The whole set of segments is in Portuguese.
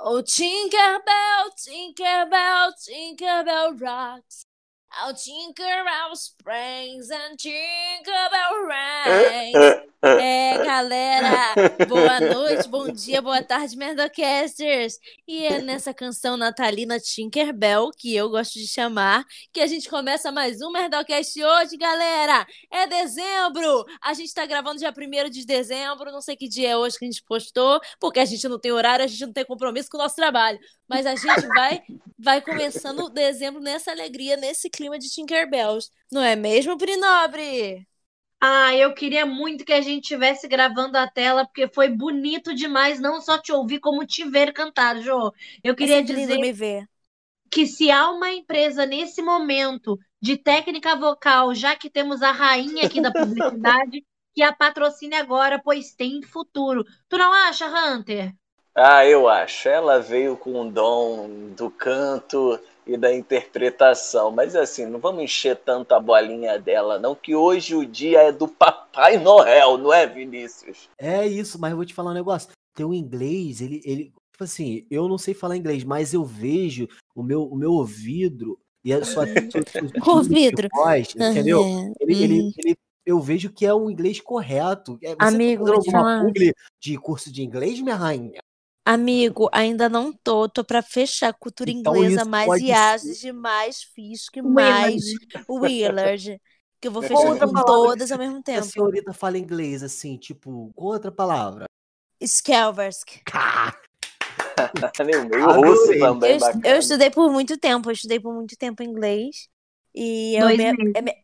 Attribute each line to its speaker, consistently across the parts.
Speaker 1: Oh, Tinkerbell, Tinkerbell, Tinkerbell rocks. I'll tinker out springs and Tinkerbell rings. É, galera, boa noite, bom dia, boa tarde, Merdocasters. E é nessa canção natalina Tinkerbell, que eu gosto de chamar, que a gente começa mais um Merdocast hoje, galera. É dezembro, a gente tá gravando dia 1 de dezembro, não sei que dia é hoje que a gente postou, porque a gente não tem horário, a gente não tem compromisso com o nosso trabalho. Mas a gente vai, vai começando o dezembro nessa alegria, nesse clima de Tinkerbells. Não é mesmo, Prinobre? É
Speaker 2: Ah, eu queria muito que a gente tivesse gravando a tela, porque foi bonito demais, não só te ouvir, como te ver cantar, Jô. Eu queria
Speaker 1: sempre lindo
Speaker 2: dizer
Speaker 1: me ver.
Speaker 2: que se há uma empresa nesse momento de técnica vocal, já que temos a rainha aqui da publicidade, que a patrocine agora, pois tem futuro. Tu não acha, Hunter?
Speaker 3: Ah, eu acho. Ela veio com o dom do canto e da interpretação. Mas assim, não vamos encher tanto a bolinha dela, não, que hoje o dia é do Papai Noel, não é, Vinícius?
Speaker 4: É isso, mas eu vou te falar um negócio. Teu inglês, ele, ele. Tipo assim, eu não sei falar inglês, mas eu vejo o meu, o meu ouvidro e a sua.
Speaker 1: Com vidro.
Speaker 4: voz, entendeu?
Speaker 1: Aham,
Speaker 4: Ele, ele-
Speaker 1: uhum.
Speaker 4: ele- eu vejo que é um inglês correto. É, Você tá
Speaker 1: Amigo,
Speaker 4: fazendo
Speaker 1: vou te
Speaker 4: alguma
Speaker 1: falar.
Speaker 4: publi de curso de inglês, minha rainha?
Speaker 1: Amigo, ainda não tô. Tô pra fechar a cultura
Speaker 4: Então
Speaker 1: inglesa,
Speaker 4: isso
Speaker 1: mais
Speaker 4: pode
Speaker 1: Iages, mais Fisk, mais Willard. Que eu vou
Speaker 3: Qual
Speaker 1: fechar
Speaker 4: É outra
Speaker 1: com
Speaker 4: palavra que
Speaker 1: todas
Speaker 4: você-
Speaker 1: ao mesmo
Speaker 4: Que a
Speaker 1: tempo.
Speaker 4: senhorita fala inglês, assim, tipo, com outra palavra.
Speaker 1: Skelversk.
Speaker 4: Cá!
Speaker 3: É Meio meio russo
Speaker 4: Adorei.
Speaker 1: Eu,
Speaker 3: também,
Speaker 1: est-
Speaker 3: é bacana.
Speaker 1: eu estudei por muito tempo, eu estudei por muito tempo inglês. E eu,
Speaker 2: Dois
Speaker 1: minha-
Speaker 2: meses.
Speaker 1: é, minha-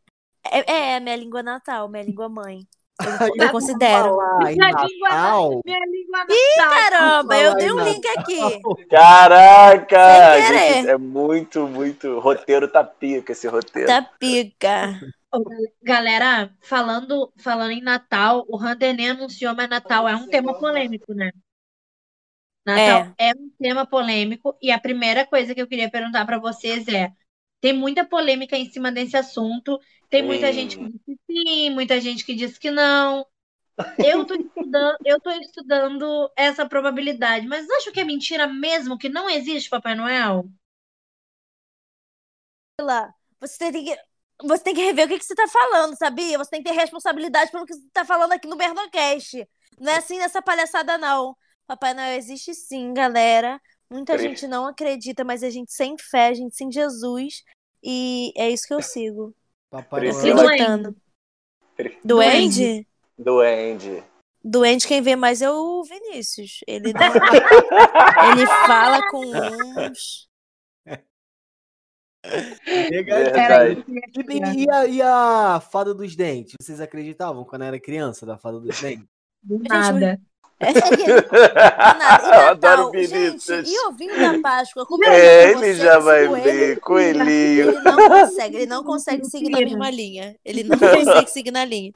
Speaker 1: é, é, é minha língua natal, minha língua mãe.
Speaker 4: Aí,
Speaker 1: Eu considero.
Speaker 4: falar em
Speaker 2: Minha língua-
Speaker 4: Natal,
Speaker 2: Minha língua tá natal.
Speaker 1: Caramba, eu dei um
Speaker 4: Falar em
Speaker 1: link aqui.
Speaker 3: Caraca!
Speaker 1: Sem querer.
Speaker 3: gente, é muito, muito. Roteiro tá pica esse roteiro.
Speaker 1: Da Tá pica.
Speaker 2: Galera, falando, falando em Natal, o Hunter nem anunciou, mas Natal é um tema polêmico, né? Natal é um tema polêmico e a primeira coisa que eu queria perguntar para vocês é: tem muita polêmica em cima desse assunto, tem muita
Speaker 3: Hum.
Speaker 2: gente que diz que sim, muita gente que diz que não. Eu tô estudando, eu tô estudando essa probabilidade, mas acho que é mentira mesmo que não existe Papai Noel?
Speaker 1: Você tem que. Você tem que rever o que, que você tá falando, sabia? Você tem que ter responsabilidade pelo que você tá falando aqui no Bernocast. Não é assim nessa palhaçada, não. Papai Noel existe sim, galera. Muita
Speaker 3: Triste.
Speaker 1: gente não acredita, mas a gente sem fé, a gente sem Jesus. E é isso que eu sigo.
Speaker 4: Papai
Speaker 3: Priscila.
Speaker 4: Noel.
Speaker 1: Acreditando.
Speaker 3: Pri-
Speaker 1: Duende?
Speaker 3: Duende.
Speaker 1: Duende, quem vê mais é o Vinícius. Ele, tá. ele fala com uns.
Speaker 2: É
Speaker 1: é,
Speaker 3: Verdade.
Speaker 4: E, e- e a, e a fada dos dentes? Vocês acreditavam quando era criança da fada dos dentes?
Speaker 2: Do
Speaker 1: Gente,
Speaker 2: nada.
Speaker 1: É, é, Nada. E
Speaker 3: Eu adoro
Speaker 1: Natal,
Speaker 3: o Vinícius.
Speaker 1: gente, e ovinho da Páscoa? Como
Speaker 3: É,
Speaker 1: que você
Speaker 3: ele já
Speaker 1: se
Speaker 3: vai
Speaker 1: coelho?
Speaker 3: ver, coelhinho.
Speaker 1: Ele não consegue, ele não consegue
Speaker 2: Meu
Speaker 1: seguir na
Speaker 2: querido.
Speaker 1: mesma linha. Ele não consegue seguir na linha.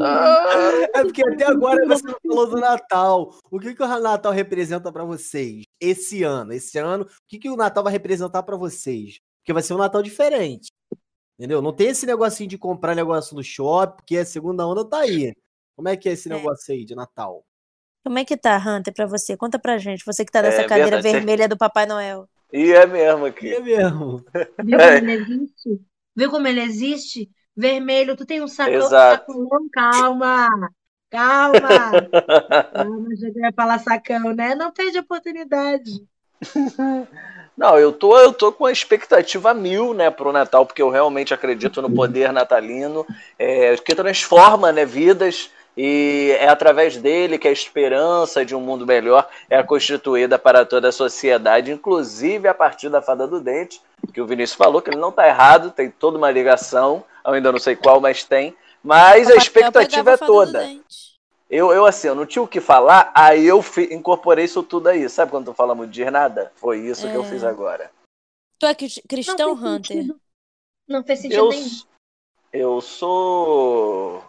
Speaker 1: Ah.
Speaker 4: É porque até agora você não falou do Natal. O que, que o Natal representa pra vocês esse ano? Esse ano, o que, que o Natal vai representar pra vocês? Porque vai ser um Natal diferente. Entendeu? Não tem esse negocinho de comprar negócio no shopping, porque a segunda onda tá aí. Como é que é esse
Speaker 1: É.
Speaker 4: negócio aí de Natal?
Speaker 1: Como é que tá, Hunter, pra você? Conta pra gente, você que tá nessa
Speaker 3: É
Speaker 1: cadeira
Speaker 3: verdade,
Speaker 1: vermelha do Papai Noel.
Speaker 3: E é mesmo aqui.
Speaker 4: É mesmo.
Speaker 2: Viu
Speaker 3: É.
Speaker 2: como ele existe? Viu como ele existe? Vermelho, tu tem um saco-
Speaker 3: Exato.
Speaker 2: sacolão? Calma! Calma! Calma, já que eu ia falar sacão, né? Não perde a oportunidade.
Speaker 3: Não, eu tô, eu tô com a expectativa mil, né, pro Natal, porque eu realmente acredito no poder natalino, é, que transforma, né, vidas, e é através dele que a esperança de um mundo melhor é constituída para toda a sociedade, inclusive a partir da Fada do Dente, que o Vinícius falou que ele não tá errado, tem toda uma ligação, eu ainda não sei qual, mas tem, mas a
Speaker 1: Papai Noel
Speaker 3: expectativa
Speaker 1: pegava
Speaker 3: é
Speaker 1: a fada do
Speaker 3: toda.
Speaker 1: dente.
Speaker 3: Eu, eu assim, eu não tinha o que falar, aí eu fi- incorporei isso tudo aí. Sabe quando tu fala muito de nada? Foi isso que eu
Speaker 1: É.
Speaker 3: fiz agora.
Speaker 1: Tu é cri- cristão,
Speaker 2: Não fez
Speaker 1: Hunter?
Speaker 2: sentido. Não fez sentido
Speaker 3: Eu,
Speaker 2: nenhum.
Speaker 3: eu sou.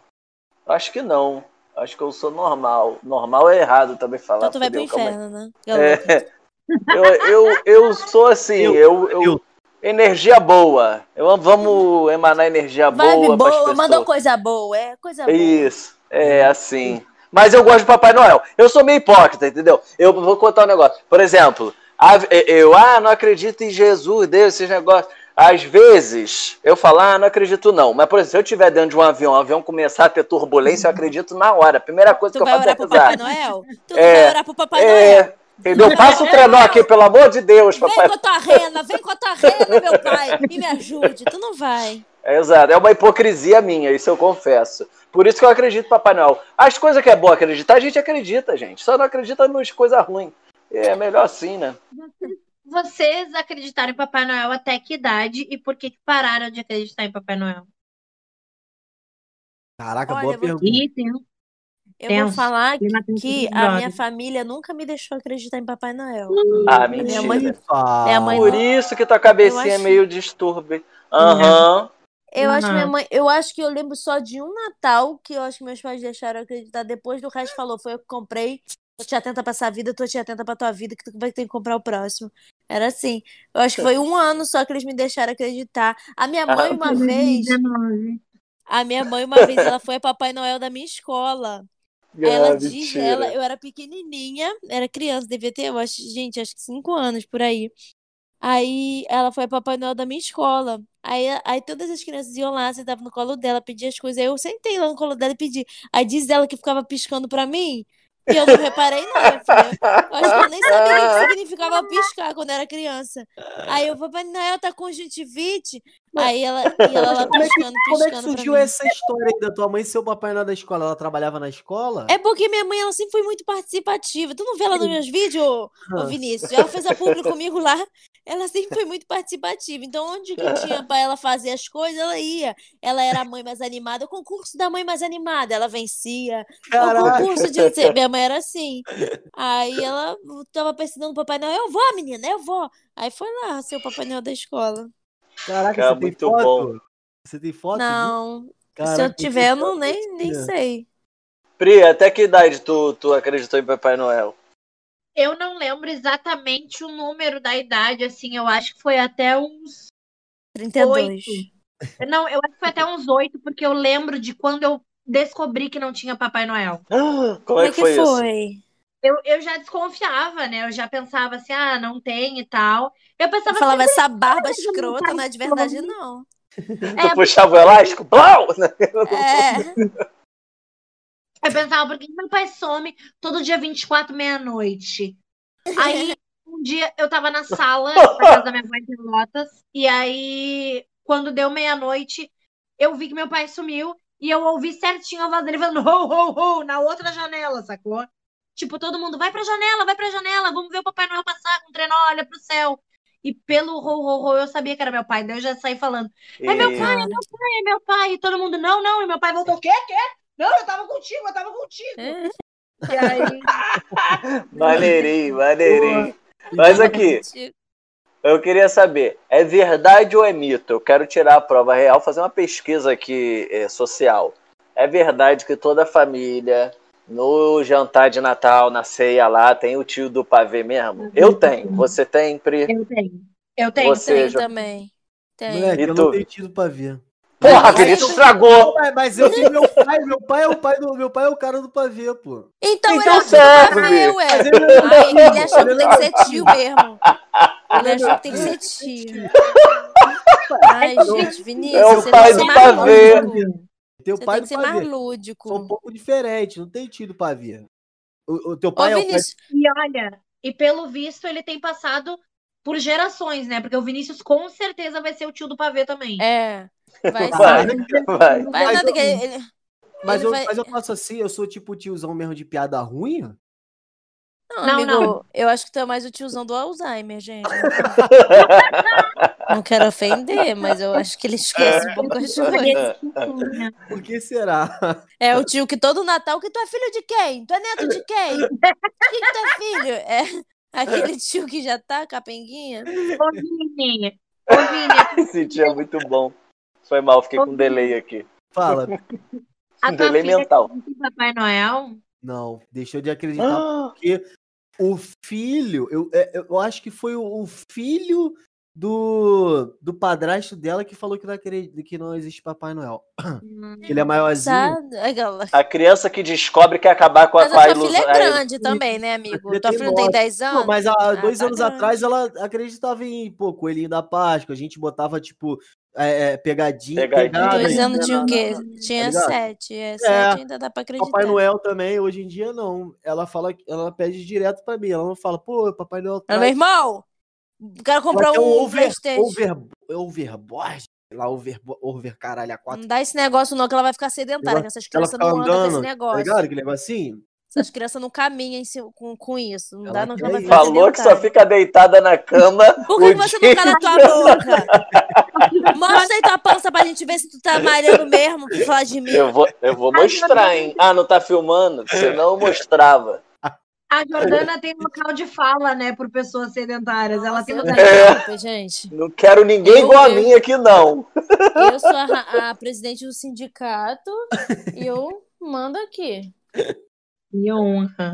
Speaker 3: Acho que não. Acho que eu sou normal. Normal é errado também falar.
Speaker 1: Então tu vai pro
Speaker 3: fudeu, calma aí.
Speaker 1: inferno, né? Galoca.
Speaker 3: É. Eu, eu, eu sou assim, eu. eu-
Speaker 4: eu.
Speaker 3: Energia boa. Eu, vamos emanar energia
Speaker 1: Vibe
Speaker 3: boa. pras
Speaker 1: boa, um mandou
Speaker 3: pessoas.
Speaker 1: tá coisa boa, é coisa boa.
Speaker 3: Isso. É assim. Mas eu gosto de Papai Noel. Eu sou meio hipócrita, entendeu? Eu vou contar um negócio. Por exemplo, a- eu, ah, não acredito em Jesus, Deus, esses negócios. Às vezes, eu falo, ah, não acredito não. Mas, por exemplo, se eu estiver dentro de um avião, o avião começar a ter turbulência, eu acredito na hora. A primeira coisa
Speaker 1: Tu
Speaker 3: que eu
Speaker 1: vai
Speaker 3: faço é
Speaker 1: orar pro Papai
Speaker 3: rezar.
Speaker 1: Noel? Tu
Speaker 3: É,
Speaker 1: vai orar pro Papai Noel?
Speaker 3: É, entendeu? Passa o trenó aqui, pelo amor de Deus,
Speaker 1: Vem
Speaker 3: papai.
Speaker 1: com a tua rena, vem com a tua rena, meu pai, e me ajude. Tu não vai.
Speaker 3: É, exato, é uma hipocrisia minha, isso eu confesso. Por isso que eu acredito, em Papai Noel. As coisas que é bom acreditar, a gente acredita, gente. Só não acredita nas coisas ruins. É melhor assim, né?
Speaker 2: Vocês acreditaram em Papai Noel até que idade e por que que pararam de acreditar em Papai Noel?
Speaker 4: Caraca,
Speaker 1: Olha,
Speaker 4: boa
Speaker 1: eu vou-
Speaker 4: pergunta.
Speaker 2: Ih, tem um
Speaker 1: Eu vou
Speaker 2: Tenso.
Speaker 1: falar
Speaker 2: tema tem
Speaker 1: que
Speaker 2: episódio.
Speaker 1: a minha família nunca me deixou acreditar em Papai Noel.
Speaker 3: Ah,
Speaker 1: Minha
Speaker 3: mentira.
Speaker 1: mãe-
Speaker 4: Fala.
Speaker 1: é a mãe
Speaker 3: Por isso que tua cabecinha
Speaker 1: Eu
Speaker 3: é
Speaker 1: acho-
Speaker 3: meio disturbe. Aham.
Speaker 1: Eu acho que minha
Speaker 2: Uhum.
Speaker 1: mãe, eu acho que eu lembro só de um Natal que eu acho que meus pais deixaram eu acreditar. Depois do resto falou, foi eu que comprei. Tô te atenta pra essa vida, tô te atenta pra tua vida, que tu vai ter que comprar o próximo. Era assim. Eu acho que foi um ano só que eles me deixaram acreditar. A minha
Speaker 3: Ah,
Speaker 1: mãe uma vez,
Speaker 2: 2019.
Speaker 1: a minha mãe uma vez, ela foi a Papai Noel da minha escola. Aí ela
Speaker 3: Ah,
Speaker 1: diz,
Speaker 3: mentira.
Speaker 1: ela, eu era pequenininha, era criança, devia ter, eu acho, gente, acho que cinco anos por aí. Aí ela foi Papai Noel da minha escola. Aí, aí todas as crianças iam lá, sentavam no colo dela, pedia as coisas. Aí eu sentei lá no colo dela e pedi. Aí diz ela que ficava piscando pra mim. E eu não reparei, não, minha filha. Eu acho que eu nem sabia o que que significava piscar quando era criança. Aí eu, Papai Noel tá com conjuntivite. Aí ela, e ela lá
Speaker 4: Como é que-
Speaker 1: piscando,
Speaker 4: Como é que
Speaker 1: piscando pra
Speaker 4: surgiu
Speaker 1: mim.
Speaker 4: essa história aí da tua mãe e seu papai lá da escola? Ela trabalhava na escola?
Speaker 1: É porque minha mãe, ela sempre foi muito participativa. Tu não vê ela nos meus vídeos, ô, ô
Speaker 4: Ah.
Speaker 1: Vinícius? Ela fez a pública comigo lá. Ela sempre foi muito participativa. Então, onde que tinha pra ela fazer as coisas, ela ia. Ela era a mãe mais animada. O concurso da mãe mais animada, ela vencia. O
Speaker 4: Caraca,
Speaker 1: concurso de... não sei- Minha mãe era assim. Aí ela tava pesquisando o Papai Noel. Eu vou, menina, eu vou. Aí foi lá, seu Papai Noel da escola.
Speaker 4: caraca,
Speaker 3: Cara,
Speaker 4: você
Speaker 3: muito
Speaker 4: tem foto?
Speaker 3: bom.
Speaker 4: Você tem foto? disso?
Speaker 1: Não, se eu
Speaker 4: Caraca,
Speaker 1: tiver, eu
Speaker 4: que É.
Speaker 1: não, nem, nem
Speaker 4: fofinha.
Speaker 1: sei.
Speaker 3: Pri, até que idade tu, tu acreditou em Papai Noel?
Speaker 2: Eu não lembro exatamente o número da idade, assim, eu acho que foi até uns
Speaker 1: 32.
Speaker 2: Não, eu acho que foi até uns oito, porque eu lembro de quando eu descobri que não tinha Papai Noel.
Speaker 3: Ah, Como é que foi isso?
Speaker 2: Eu, eu já desconfiava, né? Eu já pensava assim, ah, não tem e tal. Eu
Speaker 1: Eu
Speaker 2: pensava
Speaker 1: falava,
Speaker 2: assim,
Speaker 1: essa barba
Speaker 2: mas eu não
Speaker 1: escrota
Speaker 2: faço
Speaker 1: não é de verdade, não.
Speaker 3: Tu
Speaker 2: é,
Speaker 3: puxava o elástico? Blau!
Speaker 1: É.
Speaker 2: eu pensava, por que que meu pai some todo dia 24, meia-noite? Aí, um dia, eu tava na sala, na casa da minha mãe em Pelotas, e aí, quando deu meia-noite, eu vi que meu pai sumiu, e eu ouvi certinho a voz dele falando, ho, ho, ho, na outra janela, sacou? Tipo, todo mundo, vai pra janela, vai pra janela, vamos ver o Papai Noel passar com o trenó, olha pro céu. E pelo ho, ho, ho, eu sabia que era meu pai, daí eu já saí falando, é meu pai, é meu pai, é meu pai. E todo mundo, não, não, e meu pai voltou, o quê, quê? Não, eu tava contigo, eu tava contigo. E aí...
Speaker 3: Maneirinho, maneirinho. Mas é aqui, Eu queria saber, é verdade ou é mito? Eu quero tirar a prova real, fazer uma pesquisa aqui eh, social. É verdade que toda a família, no jantar de Natal, na ceia lá, tem o tio do pavê mesmo? Eu tenho, você tem, Pri?
Speaker 2: Eu tenho. Eu tenho.
Speaker 3: Você-
Speaker 1: Tem
Speaker 3: seja-
Speaker 1: também. Tem.
Speaker 4: Moleque,
Speaker 3: E
Speaker 4: eu
Speaker 3: tu?
Speaker 4: não tenho tido pra ver.
Speaker 3: Porra,
Speaker 1: Mas-
Speaker 3: Vinícius estragou!
Speaker 4: Mas, mas eu tenho meu pai, meu pai é o pai do meu pai é o cara do pavê, pô.
Speaker 1: Então, ele
Speaker 3: Então
Speaker 1: acha que
Speaker 3: serve.
Speaker 1: o pavê, ué.
Speaker 4: Mas ele não é
Speaker 1: Ai,
Speaker 4: meu
Speaker 1: ele achou que tem que ser tio mesmo. Ele achou que tem que ser tio. Ai, gente, Vinícius,
Speaker 3: É o
Speaker 1: você tem
Speaker 3: pai
Speaker 1: que
Speaker 3: do
Speaker 1: ser mais
Speaker 3: pavê.
Speaker 1: lúdico.
Speaker 4: Teu
Speaker 1: Você
Speaker 4: pai
Speaker 1: tem
Speaker 4: do
Speaker 1: que ser
Speaker 4: pavê.
Speaker 1: mais
Speaker 4: Sou um
Speaker 1: lúdico.
Speaker 4: pouco diferente, não tem tido pavê. O, o teu
Speaker 1: Ô,
Speaker 4: pai é o pai
Speaker 1: Vinícius,
Speaker 2: E olha, e pelo visto ele tem passado por gerações, né? Porque o Vinícius com certeza vai ser o tio do pavê também.
Speaker 1: é. Vai ser.
Speaker 3: Vai,
Speaker 4: do pavê.
Speaker 1: Vai
Speaker 3: vai.
Speaker 4: Mas
Speaker 1: nada
Speaker 4: eu-
Speaker 1: que ele.
Speaker 4: Mas
Speaker 1: Ele
Speaker 4: eu,
Speaker 1: vai-
Speaker 4: mas eu faço assim, eu sou tipo tiozão mesmo de piada ruim.
Speaker 1: Não,
Speaker 2: Não,
Speaker 1: amigo,
Speaker 2: não.
Speaker 1: eu acho que tu é mais o tiozão do Alzheimer, gente. Não quero ofender, mas eu acho que ele esquece
Speaker 4: É.
Speaker 1: um pouco as coisas.
Speaker 4: Por que será?
Speaker 1: É o tio que todo Natal, que tu é filho de quem? Tu é neto de quem? De quem que tu é filho? É aquele tio que já tá capenguinha.
Speaker 3: né?
Speaker 2: Ô, Vini, ô, Vini,
Speaker 3: Esse tio é muito bom. Foi mal, fiquei com delay aqui.
Speaker 4: Fala.
Speaker 2: a
Speaker 3: Um
Speaker 2: tua
Speaker 3: delay
Speaker 2: filha
Speaker 3: mental.
Speaker 2: tem Papai Noel?
Speaker 4: Não, deixou de
Speaker 3: Ah.
Speaker 4: é, acreditar. O filho, eu, é, eu acho que foi o, o filho do, do padrasto dela que falou que não, acredita, que não existe Papai Noel. Que ele é maiorzinho.
Speaker 1: Sabe? tá? Aquela-
Speaker 3: A criança que descobre que é acabar com a,
Speaker 1: Mas
Speaker 3: com a
Speaker 1: a tua filha
Speaker 3: ilusão.
Speaker 1: é grande também, né, amigo?
Speaker 4: Porque
Speaker 1: Tua
Speaker 4: tem
Speaker 1: filha não tem
Speaker 4: morte.
Speaker 1: 10
Speaker 4: Não,
Speaker 1: anos?
Speaker 4: mas há dois
Speaker 1: tá
Speaker 4: anos
Speaker 1: grande.
Speaker 4: atrás ela acreditava em, pô, coelhinho da Páscoa. A gente botava, tipo, é, é, pegadinha.
Speaker 3: Pegadinha.
Speaker 4: pegada,
Speaker 1: Dois
Speaker 4: né,
Speaker 1: anos um tinha
Speaker 4: na-
Speaker 1: o quê?
Speaker 4: na- tá
Speaker 1: Tinha
Speaker 4: ligado?
Speaker 1: sete. É, sete ainda dá pra acreditar.
Speaker 4: Papai Noel também, hoje em dia não. Ela fala, ela pede direto pra mim. Ela não fala, pô, Papai Noel.
Speaker 1: Ah,
Speaker 4: traz-
Speaker 1: meu irmão, o cara
Speaker 4: Ela
Speaker 1: comprou
Speaker 4: quer
Speaker 1: um
Speaker 4: over,
Speaker 1: Playstation.
Speaker 4: over, é um overboard, sei lá, over, over caralho, a quatro.
Speaker 1: Não dá esse negócio não, que ela vai ficar sedentária,
Speaker 4: Ela-
Speaker 1: que essas
Speaker 4: Ela
Speaker 1: crianças
Speaker 4: fica
Speaker 1: não andam com esse
Speaker 4: andando, tá
Speaker 1: negócio.
Speaker 4: ligado? Que assim? negocinho?
Speaker 1: essas crianças não caminham em si- com, com isso. Não
Speaker 4: Ela
Speaker 1: dá não, que
Speaker 4: quer
Speaker 1: ela vai
Speaker 4: isso.
Speaker 1: ficar
Speaker 3: Falou um que só
Speaker 1: sedentária.
Speaker 3: fica deitada na cama.
Speaker 1: Por que
Speaker 3: o
Speaker 1: você
Speaker 3: dia
Speaker 1: não cala a tua boca? Mostra aí tua pança pra gente ver se tu tá malhando mesmo, pra falar de mim.
Speaker 3: Eu vou, eu vou mostrar, hein? Ah, não tá filmando? Senão eu mostrava.
Speaker 2: A Jordana tem local de fala, né, por pessoas sedentárias. Ela tem um
Speaker 1: Nossa,
Speaker 3: É.
Speaker 2: lugar
Speaker 1: desculpa, gente.
Speaker 3: Não quero
Speaker 1: Eu
Speaker 3: ninguém igual a
Speaker 1: mesmo.
Speaker 3: mim aqui, não.
Speaker 1: Eu sou a, ra- a presidente do sindicato e eu mando aqui.
Speaker 2: de honra.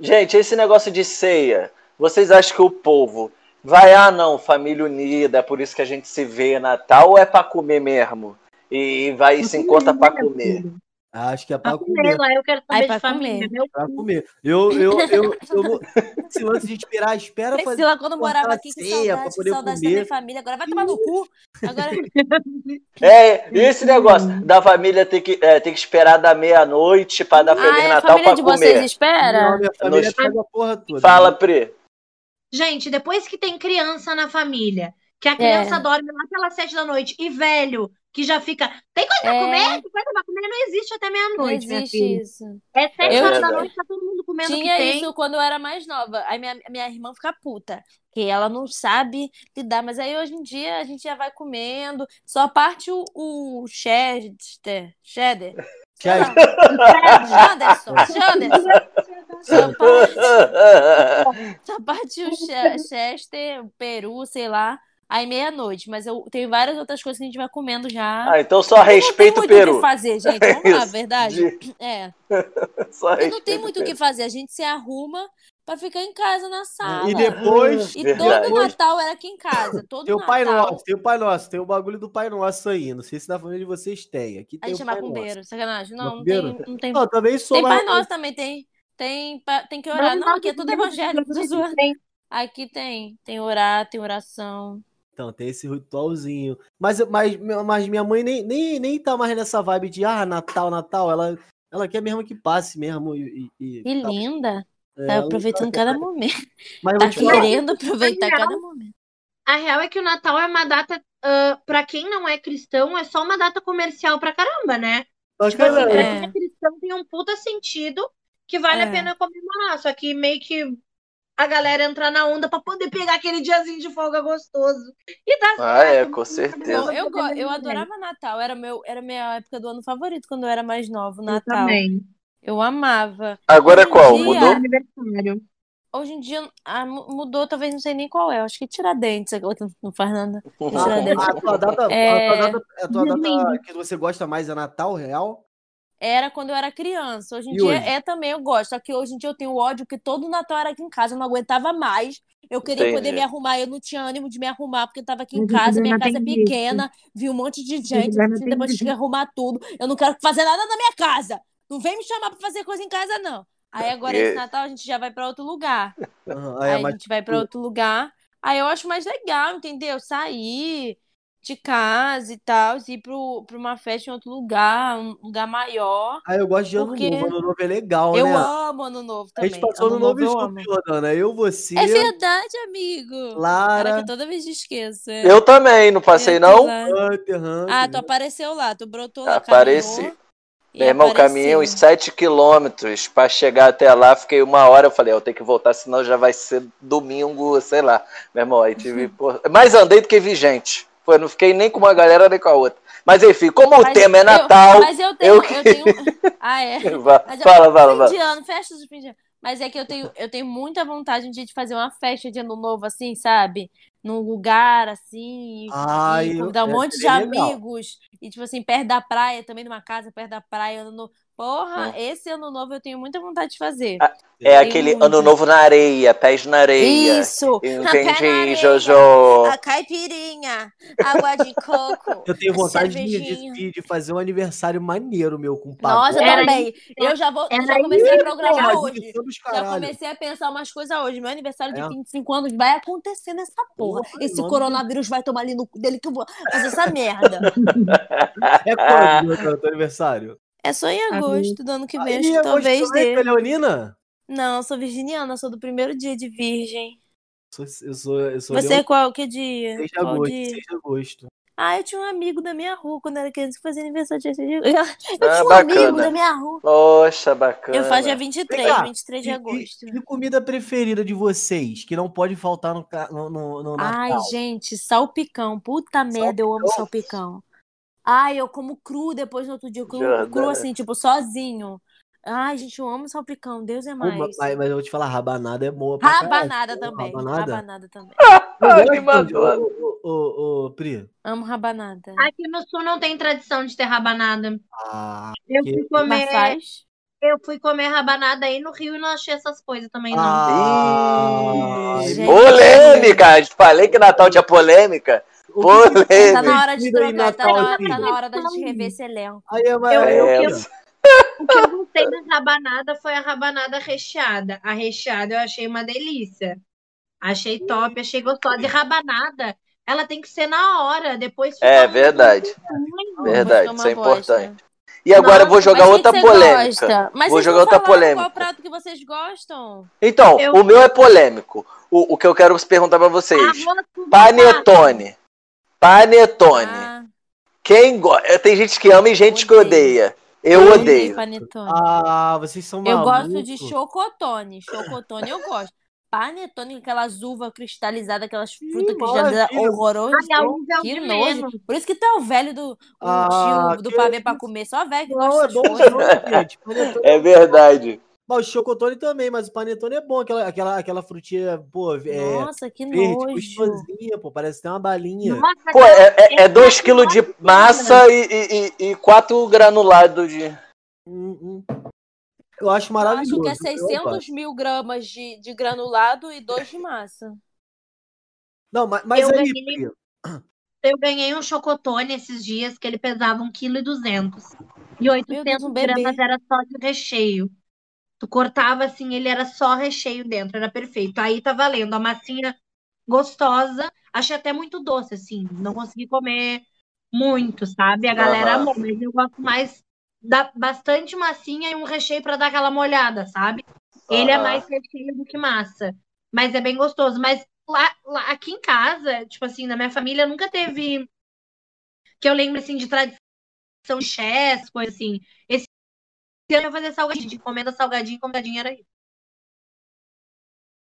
Speaker 3: Gente, esse negócio de ceia, vocês acham que o povo vai, ah, não, família unida, é por isso que a gente se vê Natal, ou é pra comer mesmo? E vai e se encontra pra comer.
Speaker 4: Acho que é pra
Speaker 2: Pra
Speaker 1: né?
Speaker 2: comer,
Speaker 4: comer.
Speaker 2: lá eu quero
Speaker 1: Ai,
Speaker 2: saber
Speaker 1: pra
Speaker 2: de família.
Speaker 1: comer.
Speaker 2: Meu
Speaker 4: Pra comer. Eu, eu, eu, eu, não- esse lance de esperar, espera fazer.
Speaker 1: Priscila, quando morava
Speaker 4: cortar
Speaker 1: aqui, que
Speaker 4: ceia
Speaker 1: saudade,
Speaker 4: pra
Speaker 1: que
Speaker 4: poder
Speaker 1: saudade da
Speaker 4: comer.
Speaker 1: minha família. Agora vai tomar no cu. Agora,
Speaker 3: É, e esse negócio da família ter que, é, ter que esperar da meia-noite pra dar Feliz
Speaker 1: ah, é, a
Speaker 3: Natal
Speaker 1: família
Speaker 3: pra
Speaker 1: de vocês
Speaker 3: comer.
Speaker 1: espera?
Speaker 4: Não, minha família
Speaker 3: Nós-
Speaker 4: pega a porra toda.
Speaker 3: Fala, Pri.
Speaker 2: Gente, depois que tem criança na família,
Speaker 1: É.
Speaker 2: que a criança dorme lá pelas sete da noite, e velho, que já fica. Tem coisa pra
Speaker 1: É.
Speaker 2: comer? Tem coisa pra comer? Não existe até
Speaker 1: Não
Speaker 2: meia-noite, minha
Speaker 1: existe
Speaker 2: filha.
Speaker 1: isso.
Speaker 2: É sete
Speaker 3: Eu-
Speaker 2: horas da noite, tá todo mundo comendo o que
Speaker 1: Tinha
Speaker 2: tem.
Speaker 1: isso quando eu era mais nova. Aí minha, minha irmã fica puta, que ela não sabe lidar. Mas aí hoje em dia a gente já vai comendo, só parte o, o Chester. Cheddar. Sei lá. Anderson. Anderson. Só parte, só parte o Che- Chester, o Peru, sei lá. Aí meia-noite. Mas eu tem várias outras coisas que a gente vai comendo já.
Speaker 3: Ah, então só respeita
Speaker 1: não
Speaker 3: o
Speaker 1: tem muito o que
Speaker 3: Peru. É
Speaker 1: fazer, gente. Vamos lá,
Speaker 3: Isso.
Speaker 1: verdade?
Speaker 3: De-
Speaker 1: É.
Speaker 3: só
Speaker 1: E não tem
Speaker 3: respeita
Speaker 1: muito o que fazer. A gente se arruma pra ficar em casa na sala.
Speaker 4: E depois.
Speaker 1: tá, E
Speaker 3: Verdade.
Speaker 1: todo Natal era aqui em casa. Todo
Speaker 4: Tem o Pai
Speaker 1: Natal.
Speaker 4: Nosso, tem o Pai Nosso, tem o bagulho do Pai Nosso aí. Não sei se na família de vocês tem. Aqui
Speaker 1: A
Speaker 4: tem
Speaker 1: gente
Speaker 4: o
Speaker 1: é
Speaker 4: Pai Nosso.
Speaker 1: macumbeiro, sacanagem. Não, não tem.
Speaker 4: Macumbeiro?
Speaker 1: Não tem,
Speaker 4: Não, eu também sou um
Speaker 1: tem
Speaker 4: mais-
Speaker 1: Pai Nosso também, tem. Tem, pa- tem que orar. Não, aqui é tudo evangélico. tô zoando.
Speaker 2: Tem.
Speaker 1: Aqui tem. Tem orar, tem oração.
Speaker 4: Então, tem esse ritualzinho. Mas, mas, mas minha mãe nem, nem, nem tá mais nessa vibe de ah, Natal, Natal. Ela, ela quer mesmo que passe mesmo. E, e- e-
Speaker 1: Que linda.
Speaker 4: é,
Speaker 1: Tá
Speaker 4: ela-
Speaker 1: aproveitando cada momento.
Speaker 4: Mas eu
Speaker 1: Tá
Speaker 4: vou te falar,
Speaker 1: querendo aproveitar
Speaker 2: Legal.
Speaker 1: tá cada momento.
Speaker 2: A real é que o Natal é uma data, ah, pra quem não é cristão, é só uma data comercial pra caramba, né?
Speaker 4: mas,
Speaker 2: Tipo assim,
Speaker 4: cara,
Speaker 2: pra
Speaker 1: É.
Speaker 2: quem é cristão tem um puta sentido que vale
Speaker 1: É.
Speaker 2: a pena comemorar. Só que meio que a galera entrar na onda pra poder pegar aquele diazinho de folga gostoso. E dá
Speaker 3: Ah, é,
Speaker 2: certo.
Speaker 3: com certeza.
Speaker 1: Bom,
Speaker 4: tá
Speaker 1: eu, go- eu adorava Natal. Era, meu, era minha época do ano favorito quando eu era mais nova, o
Speaker 2: Eu
Speaker 1: Natal.
Speaker 2: também.
Speaker 1: Eu amava.
Speaker 3: Agora é
Speaker 1: Hoje em
Speaker 3: qual?
Speaker 1: dia-
Speaker 3: Mudou?
Speaker 2: Aniversário.
Speaker 1: Hoje em dia ah, mu- mudou, talvez não sei nem qual é. Acho que Tiradentes, aquela que não faz nada.
Speaker 4: a, a tua data, a
Speaker 1: É.
Speaker 4: tua data, a tua data
Speaker 2: Domingo.
Speaker 4: que você gosta mais é Natal real?
Speaker 1: Era quando eu era criança. Hoje em
Speaker 4: E
Speaker 1: dia
Speaker 4: hoje?
Speaker 1: é também, eu gosto. Só que hoje em dia eu tenho ódio porque todo Natal era aqui em casa, eu não aguentava mais. Eu queria
Speaker 3: Entendi.
Speaker 4: é.
Speaker 1: poder me arrumar, eu não tinha ânimo de me arrumar porque eu tava aqui em
Speaker 2: Mas o
Speaker 1: casa, minha
Speaker 2: Juliana
Speaker 1: casa é
Speaker 2: tem
Speaker 1: pequena, vi um monte de gente,
Speaker 2: Juliana
Speaker 1: eu
Speaker 2: tem
Speaker 1: depois tinha que arrumar tudo. Eu não quero fazer nada na minha casa. Não vem me chamar pra fazer coisa em casa, não. Aí agora
Speaker 3: E-
Speaker 1: esse Natal a gente já vai pra outro lugar.
Speaker 4: Aham,
Speaker 1: Aí
Speaker 4: é,
Speaker 1: a
Speaker 4: mas,
Speaker 1: gente vai pra outro lugar. Aí eu acho mais legal, entendeu? Sair de casa e tal, ir pro, pra uma festa em outro lugar, um lugar maior.
Speaker 4: aí eu gosto de Ano
Speaker 1: Porque-
Speaker 4: Novo. Ano Novo é legal,
Speaker 1: eu
Speaker 4: né?
Speaker 1: amo ano novo
Speaker 4: a
Speaker 1: também.
Speaker 4: gente passou
Speaker 1: ano
Speaker 4: no novo
Speaker 1: eu
Speaker 4: junto,
Speaker 1: amo.
Speaker 4: Jordana. Eu, você,
Speaker 1: É verdade, amigo. Cara, que
Speaker 4: Lara,
Speaker 1: eu toda vez esqueço. é.
Speaker 3: Eu também, não passei
Speaker 1: Eu tô
Speaker 3: não.
Speaker 1: lá.
Speaker 4: Hunter, Hunter.
Speaker 1: Ah, tu apareceu lá, tu brotou lá,
Speaker 3: Apareci.
Speaker 1: caminhou e
Speaker 3: Meu irmão, eu caminhei
Speaker 1: apareceu.
Speaker 3: uns 7 quilômetros pra chegar até lá, fiquei uma hora, eu falei, "Ah, eu tenho que voltar, senão já vai ser domingo, sei lá. Meu irmão, aí tive...
Speaker 1: Uhum.
Speaker 3: pô, Mais andei do que vi gente. Pô, eu não fiquei nem com uma galera, nem com a outra. Mas enfim, como o
Speaker 1: Mas
Speaker 3: tema é
Speaker 1: eu-
Speaker 3: Natal...
Speaker 1: Mas eu tenho,
Speaker 3: eu
Speaker 1: eu
Speaker 3: que-
Speaker 1: tenho... Ah, é.
Speaker 3: Vá,
Speaker 1: Mas eu-
Speaker 3: Fala, fala,
Speaker 1: Fim
Speaker 3: fala.
Speaker 1: de ano, festa de fim de ano. Mas é que eu tenho, eu tenho muita vontade um dia de fazer uma festa de ano novo, assim, sabe? Num lugar, assim, e-
Speaker 4: Ah,
Speaker 1: e
Speaker 4: eu-
Speaker 1: convidar um
Speaker 4: é,
Speaker 1: monte de
Speaker 4: seria legal.
Speaker 1: amigos. E, tipo assim, perto da praia, também numa casa perto da praia, ano novo.
Speaker 4: Hum.
Speaker 1: Porra, esse ano novo eu tenho muita vontade de fazer.
Speaker 3: É
Speaker 1: Tem
Speaker 3: aquele
Speaker 1: muito.
Speaker 3: ano novo na areia, pés na areia.
Speaker 1: Isso!
Speaker 3: Entendi,
Speaker 1: Entendi,
Speaker 3: Jojo.
Speaker 1: A caipirinha, água de coco.
Speaker 4: Eu tenho
Speaker 1: a
Speaker 4: vontade de,
Speaker 1: cervejinha.
Speaker 4: de- de fazer um aniversário maneiro meu com pagode.
Speaker 1: Nossa, eu
Speaker 2: Era
Speaker 1: também. Eu já vou.
Speaker 2: Era
Speaker 1: já comecei a programar
Speaker 4: Pô,
Speaker 1: hoje.
Speaker 4: diversão dos
Speaker 1: Já
Speaker 4: caralho.
Speaker 1: comecei a pensar umas coisas hoje. Meu aniversário de
Speaker 4: É?
Speaker 1: 25 anos vai acontecer nessa porra.
Speaker 4: Porra,
Speaker 1: Esse
Speaker 4: mano.
Speaker 1: coronavírus vai tomar ali no cu dele que eu vou fazer essa merda.
Speaker 4: É quando meu, teu aniversário?
Speaker 1: É só em agosto do ano que vem, acho
Speaker 4: Ih,
Speaker 1: que
Speaker 4: agosto
Speaker 1: talvez
Speaker 4: também, tu
Speaker 1: dê.
Speaker 4: é leonina?
Speaker 1: Não, eu sou virginiana, sou do primeiro dia de virgem.
Speaker 4: Sou- Eu sou, eu sou
Speaker 1: Você é qual? Que dia?
Speaker 4: 6 de
Speaker 1: Qual
Speaker 4: agosto.
Speaker 1: dia?
Speaker 4: 6 de agosto.
Speaker 1: Ah, eu tinha um amigo da minha rua quando era criança que fazia aniversário de Eu tinha
Speaker 3: Ah,
Speaker 1: um amigo da
Speaker 3: bacana.
Speaker 1: minha rua.
Speaker 3: Poxa, bacana.
Speaker 1: Eu faço dia
Speaker 4: Vem
Speaker 1: 23,
Speaker 4: cá.
Speaker 1: 23 de
Speaker 4: E- e-
Speaker 1: agosto.
Speaker 4: E, comida preferida de vocês, que não pode faltar no, ca- no, no, no
Speaker 1: Ai,
Speaker 4: Natal?
Speaker 1: gente, salpicão. Puta merda, eu amo salpicão. Ai, eu como cru depois no outro dia. Eu como
Speaker 3: Jordana.
Speaker 4: né?
Speaker 1: cru assim, tipo, sozinho. Ai, gente, eu amo salpicão. Deus é
Speaker 4: Pô,
Speaker 1: mais.
Speaker 4: mas, mas eu vou te falar, rabanada é boa pra
Speaker 1: Rabanada
Speaker 4: caralho.
Speaker 1: também.
Speaker 4: Rabanada?
Speaker 1: Rabanada também.
Speaker 3: Ah,
Speaker 4: Eu
Speaker 3: que
Speaker 4: gosto,
Speaker 3: bacana.
Speaker 4: Ô, ô, ô, Pri.
Speaker 1: Amo rabanada.
Speaker 2: Aqui no sul não tem tradição de ter rabanada.
Speaker 4: Ah,
Speaker 2: Eu
Speaker 4: Que-
Speaker 2: fui comer,
Speaker 1: Mas faz.
Speaker 2: eu fui comer rabanada aí no Rio e não achei essas coisas também, não.
Speaker 4: ah,
Speaker 1: Gente.
Speaker 3: Polêmica! Falei que Natal tinha polêmica.
Speaker 4: o que que-
Speaker 1: Tá
Speaker 3: Polêmica.
Speaker 1: na hora de
Speaker 4: Comida aí,
Speaker 1: trocar, tá
Speaker 4: Natal,
Speaker 1: na hora,
Speaker 4: assim.
Speaker 1: tá na hora da gente rever esse elenco.
Speaker 4: Aí é mais-
Speaker 2: Eu-
Speaker 4: é,
Speaker 3: eu-
Speaker 2: O que eu gostei da rabanada foi a rabanada recheada. A recheada eu achei uma delícia. Achei top, achei gostosa. E rabanada, ela tem que ser na hora, depois fica
Speaker 3: É
Speaker 2: muito
Speaker 3: verdade.
Speaker 2: ruim.
Speaker 3: Verdade,
Speaker 1: Mas
Speaker 3: isso é
Speaker 1: fica uma bosta.
Speaker 3: importante. E agora eu vou
Speaker 1: Nossa,
Speaker 3: jogar
Speaker 1: mas o que
Speaker 3: outra
Speaker 1: que você
Speaker 3: polêmica.
Speaker 1: gosta? Mas
Speaker 3: Vou
Speaker 1: vocês
Speaker 3: jogar
Speaker 1: não
Speaker 3: outra
Speaker 1: falaram
Speaker 3: polêmica.
Speaker 1: Qual prato que vocês gostam?
Speaker 3: Então,
Speaker 2: Eu-
Speaker 3: o meu é polêmico. O, o que eu quero perguntar pra vocês:
Speaker 2: Arroz com
Speaker 3: Panetone. Panetone.
Speaker 1: Ah,
Speaker 3: Quem gosta. Tem gente que ama e gente que
Speaker 1: Odeio.
Speaker 3: odeia. Eu
Speaker 1: eu
Speaker 3: odeio.
Speaker 1: panetone.
Speaker 4: Ah, vocês são
Speaker 1: eu
Speaker 4: malucos.
Speaker 1: gosto de chocotone. Chocotone eu gosto. Panetone, com aquelas uvas cristalizadas, aquelas frutas cristalizadas
Speaker 4: maravilha.
Speaker 1: horrorosas.
Speaker 2: Ai, a uva é o
Speaker 1: Que
Speaker 2: de
Speaker 1: nojo.
Speaker 2: menos.
Speaker 1: Por isso que tu é o velho do, o
Speaker 4: Ah,
Speaker 1: tio do
Speaker 4: que
Speaker 1: pavê pra
Speaker 4: isso.
Speaker 1: comer. Só velho que
Speaker 4: Não,
Speaker 1: gosta
Speaker 4: é
Speaker 1: de
Speaker 4: bom,
Speaker 1: coisas.
Speaker 4: não, gente. Panetone-
Speaker 3: É verdade.
Speaker 4: Mas o chocotone também, mas o panetone é bom. Aquela, aquela, aquela frutinha, pô, é,
Speaker 1: Nossa, que
Speaker 4: verde,
Speaker 1: nojo.
Speaker 4: gostosinha, pô. Parece que tem uma balinha.
Speaker 2: Nossa,
Speaker 3: Pô,
Speaker 2: cara,
Speaker 3: é- é 2
Speaker 2: Essa
Speaker 3: kg de
Speaker 2: nossa
Speaker 3: massa
Speaker 1: né?
Speaker 3: e- e 4 granulados de.
Speaker 4: Hum, hum. Eu acho
Speaker 1: Eu
Speaker 4: maravilhoso. né?
Speaker 1: acho que é
Speaker 4: eu gosto.
Speaker 1: 600 mil gramas de, de granulado e 2 de massa.
Speaker 4: Não, mas, mas
Speaker 2: Eu
Speaker 4: aí,
Speaker 2: ganhei-
Speaker 4: Pri,
Speaker 2: eu ganhei um chocotone esses dias que ele pesava 1,2 kg. E
Speaker 1: Meu Deus,
Speaker 2: 800
Speaker 1: um bebê.
Speaker 2: gramas era só de recheio. Tu cortava assim, ele era só recheio dentro, era perfeito. Aí tá valendo, a massinha gostosa. Achei até muito doce, assim. Não consegui comer muito, sabe? A galera
Speaker 3: Aham.
Speaker 2: amou, mas eu gosto mais da bastante massinha e um recheio pra dar aquela molhada, sabe? Ele é
Speaker 3: Aham.
Speaker 2: mais recheio do que massa, mas é bem gostoso. Mas lá, lá- aqui em casa, tipo assim, na minha família nunca teve que eu lembro assim de tradição de chess, coisa assim. Esse ano eu vou fazer salgadinho, de encomenda salgadinho, encomendadinho era isso.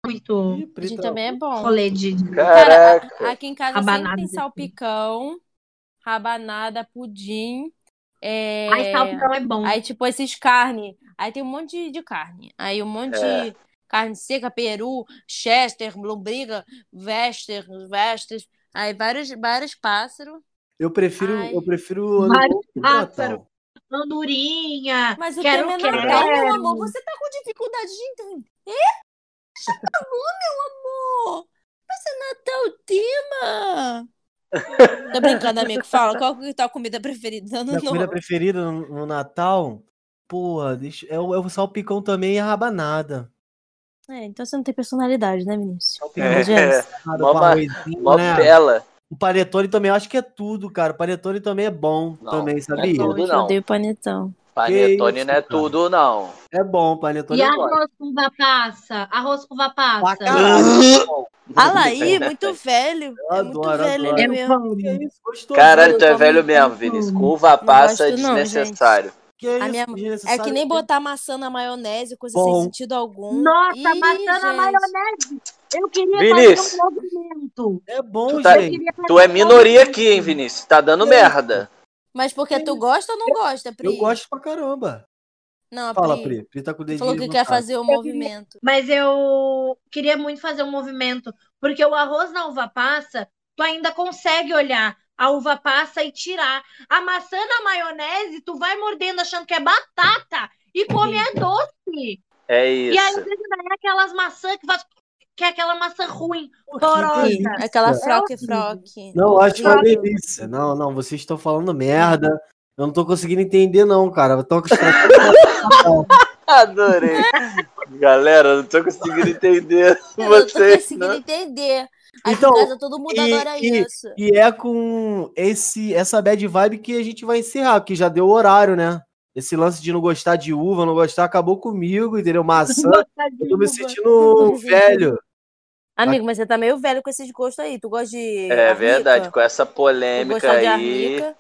Speaker 2: Muito
Speaker 4: Ih, Pri
Speaker 1: gente
Speaker 4: tá-
Speaker 1: também é bom.
Speaker 2: rolê de
Speaker 1: Cara,
Speaker 3: Caraca.
Speaker 1: a- aqui em casa
Speaker 2: rabanada
Speaker 1: sempre tem
Speaker 2: de
Speaker 1: salpicão, rabanada, pudim. é,
Speaker 2: Ai, salpicão é bom.
Speaker 1: Aí, tipo, esses carne. Aí tem um monte de, de carne. Aí um monte de carne seca, peru, chester, lombriga, wester, wester. Aí vários, vários pássaros.
Speaker 4: Eu prefiro,
Speaker 1: Ai.
Speaker 4: eu prefiro o ano
Speaker 2: Vários
Speaker 4: novo que o
Speaker 2: pássaros.
Speaker 4: Natal.
Speaker 2: Andorinha,
Speaker 1: Mas o
Speaker 2: quero,
Speaker 1: tema é
Speaker 2: quero.
Speaker 1: Natal, meu amor. Você tá com dificuldade de entender? Já tá bom, meu amor. Mas é Natal o tema. Tô brincando, amigo. Fala, qual que é a tua comida preferida do ano
Speaker 4: Minha comida
Speaker 1: novo?
Speaker 4: preferida no, no Natal, porra, deixa, é, o, é o salpicão também e a rabanada.
Speaker 1: É, então você não tem personalidade, né, Vinícius?
Speaker 4: Salpicão
Speaker 3: É,
Speaker 1: Gente,
Speaker 3: é,
Speaker 4: rabanada,
Speaker 3: Mó
Speaker 4: com
Speaker 3: ba-
Speaker 4: arrozinho,
Speaker 3: mó
Speaker 4: né?
Speaker 3: bela.
Speaker 4: O panetone também, eu acho que é tudo, cara. O panetone também é bom,
Speaker 3: Não,
Speaker 4: também,
Speaker 3: é
Speaker 4: sabia?
Speaker 3: tudo.
Speaker 1: Hoje eu
Speaker 3: não.
Speaker 1: odeio panetão.
Speaker 3: Panetone
Speaker 4: isso,
Speaker 3: não é
Speaker 4: cara.
Speaker 3: tudo, não.
Speaker 4: É bom, o panetone
Speaker 2: E
Speaker 4: é bom.
Speaker 2: arroz com uva passa, arroz com uva
Speaker 4: Pra
Speaker 2: passa.
Speaker 4: caralho, bom.
Speaker 1: Alaí, muito velho.
Speaker 4: Eu
Speaker 1: É muito
Speaker 4: adoro,
Speaker 1: velho
Speaker 4: adoro.
Speaker 1: ele
Speaker 2: Eu
Speaker 1: mesmo.
Speaker 2: amo.
Speaker 4: Que isso, gostoso. né?
Speaker 3: Caralho, tu é
Speaker 1: como
Speaker 3: velho
Speaker 1: um
Speaker 3: mesmo,
Speaker 2: pão.
Speaker 3: Vinícius. Com uva passa é
Speaker 1: gosto não,
Speaker 3: desnecessário.
Speaker 4: Que isso,
Speaker 1: A minha- É
Speaker 4: desnecessário.
Speaker 1: que nem botar maçã na maionese, coisa
Speaker 4: Bom.
Speaker 1: sem sentido algum.
Speaker 2: Nossa,
Speaker 1: Ih,
Speaker 2: maçã na
Speaker 1: gente.
Speaker 2: maionese. Eu queria
Speaker 3: Vinícius.
Speaker 2: fazer um movimento.
Speaker 4: É bom,
Speaker 3: Tu tá-
Speaker 2: Eu
Speaker 4: gente.
Speaker 2: queria fazer
Speaker 3: Tu é
Speaker 2: um
Speaker 3: minoria
Speaker 2: movimento.
Speaker 3: aqui, hein, Vinícius? Tá dando
Speaker 4: Que
Speaker 3: merda.
Speaker 1: Mas porque tu gosta ou não gosta, Pri?
Speaker 4: Eu gosto pra caramba.
Speaker 1: Não, a
Speaker 4: Fala,
Speaker 1: Pri.
Speaker 4: Pri. Pri tá com o
Speaker 1: Tu
Speaker 4: dedinho
Speaker 1: falou que quer
Speaker 4: levantado.
Speaker 1: fazer o movimento.
Speaker 2: Mas eu queria muito fazer um movimento, porque o arroz na uva passa, tu ainda consegue olhar. a uva passa e tirar. A maçã na maionese, tu vai mordendo achando que é batata e come é doce.
Speaker 3: É isso.
Speaker 2: E aí daí é aquelas maçãs que faz que é aquela maçã ruim, porosa.
Speaker 1: Aquela froque froque.
Speaker 4: Não, acho é uma delícia. Não, não, vocês estão falando merda. Eu não tô conseguindo entender, não, cara. Eu tô acostumado.
Speaker 3: Adorei. Galera, não tô conseguindo entender
Speaker 1: Eu não tô
Speaker 3: vocês. né?
Speaker 1: conseguindo entender. Aqui
Speaker 4: né? Então,
Speaker 1: em casa todo mundo
Speaker 4: e-
Speaker 1: adora
Speaker 4: e-
Speaker 1: isso.
Speaker 4: E é com esse, essa bad vibe que a gente vai encerrar, porque já deu o horário, né? Esse lance de não gostar de uva, não gostar, acabou comigo, entendeu? Maçã, eu tô me sentindo um velho.
Speaker 1: Amigo, mas você tá meio velho com esses gostos aí. Tu gosta de.
Speaker 3: É verdade,
Speaker 1: arnica?
Speaker 3: com essa
Speaker 1: Tu
Speaker 3: polêmica
Speaker 1: gosta de
Speaker 3: aí.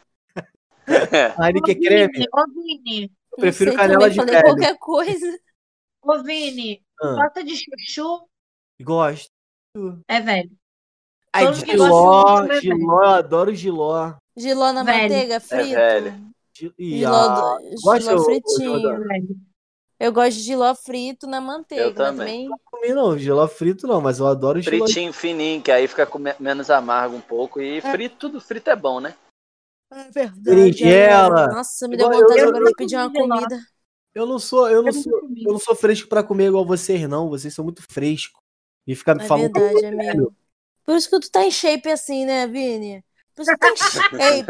Speaker 1: arnica?
Speaker 4: A Henrique é Creme,
Speaker 2: Ô, Vini,
Speaker 1: Não
Speaker 4: prefiro
Speaker 1: sei
Speaker 4: canela
Speaker 1: também,
Speaker 4: de
Speaker 1: falei
Speaker 4: velho.
Speaker 1: qualquer coisa.
Speaker 2: ô, Vini,
Speaker 4: ah,
Speaker 2: gosta de chuchu?
Speaker 4: gosto.
Speaker 2: É velho.
Speaker 4: Ai,
Speaker 2: Todo mundo que gosta de
Speaker 4: giló,
Speaker 2: uva é velho.
Speaker 4: giló, eu adoro giló.
Speaker 1: Giló na
Speaker 2: Velho.
Speaker 1: manteiga, frito.
Speaker 3: É velho.
Speaker 4: Gi- Ih,
Speaker 1: Giló,
Speaker 4: ah,
Speaker 1: do-
Speaker 4: gosta,
Speaker 1: giló
Speaker 4: ô- ô,
Speaker 1: fritinho.
Speaker 4: Jordana?
Speaker 2: é velho.
Speaker 1: Eu gosto de giló frito na manteiga. mas
Speaker 3: também.
Speaker 4: não comi não, giló frito não, mas eu adoro giló.
Speaker 3: Fritinho fininho, que aí fica com me- menos amargo um pouco. E frito, tudo frito é bom, né?
Speaker 1: É verdade.
Speaker 4: Berinjela.
Speaker 1: agora- Nossa, me deu
Speaker 4: Igual-
Speaker 1: vontade
Speaker 2: eu-
Speaker 1: agora
Speaker 2: eu-
Speaker 1: de pedir uma comida.
Speaker 4: Eu não sou, eu não
Speaker 1: um
Speaker 2: Eu
Speaker 4: sou,
Speaker 2: nunca comi.
Speaker 4: eu não sou fresco pra comer igual vocês não, vocês são muito frescos. E ficar me
Speaker 1: É
Speaker 4: falando
Speaker 1: verdade, amigo. Por isso que tu tá em shape assim, né, Vini? Por isso que tu tá em shape.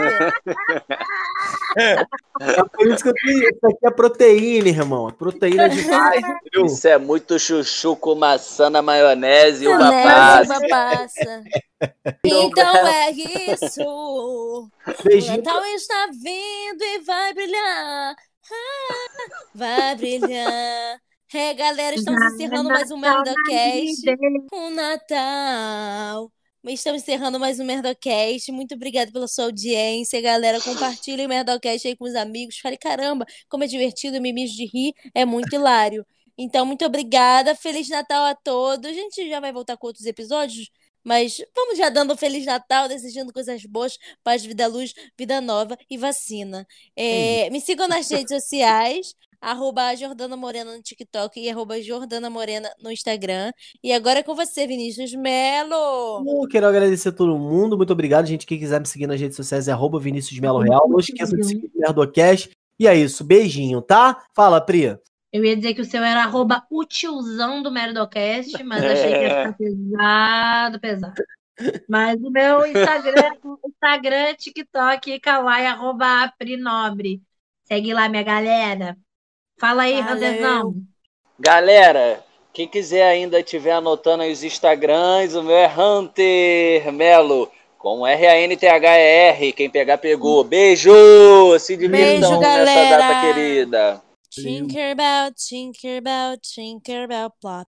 Speaker 4: É por isso que eu tenho. Isso aqui é proteína, irmão. É proteína demais, entendeu?
Speaker 3: Isso é muito chuchu com maçã na maionese e o
Speaker 1: Né,
Speaker 3: rapaz.
Speaker 1: Zuba passa. Então é isso. O
Speaker 4: Beijinho.
Speaker 1: Natal está vindo e vai brilhar. Ah, vai brilhar. É, galera, estamos encerrando mais um MerdaCast. O Natal. Estamos encerrando mais um Merdocast. Muito obrigada pela sua audiência, galera. Compartilhe o Merdocast aí com os amigos. Fale, caramba, como é divertido, me mijo de rir. É muito hilário. Então, muito obrigada. Feliz Natal a todos. A gente já vai voltar com outros episódios, mas vamos já dando um Feliz Natal, desejando coisas boas, paz, vida, luz, vida nova e vacina. É, me sigam nas redes sociais. Arroba Jordana Morena no TikTok e arroba Jordana Morena no Instagram. E agora é com você, Vinícius Melo.
Speaker 4: Eu quero agradecer a todo mundo. Muito obrigado, gente. Quem quiser me seguir nas redes sociais é arroba Vinícius Melo Real. Não esqueça de seguir o Merdocast. E é isso. Beijinho, tá? Fala, Pri.
Speaker 2: Eu ia dizer que o seu era arroba o tiozão do Merdocast, mas achei que ia ficar pesado, pesado. Mas o meu Instagram, Instagram, TikTok, Kawaii, arroba Aprinobre. Segue lá, minha galera. Fala aí,
Speaker 1: Valeu.
Speaker 2: Randerzão.
Speaker 3: Galera, quem quiser ainda estiver anotando aí os Instagrams, o meu é Hunter Melo, com R-A-N-T-H-E-R. Quem pegar, pegou. Beijo! Se
Speaker 1: Beijo,
Speaker 3: divirtam nessa
Speaker 1: galera.
Speaker 3: data querida.
Speaker 1: Tinkerbell, Tinkerbell, Tinkerbell, plop.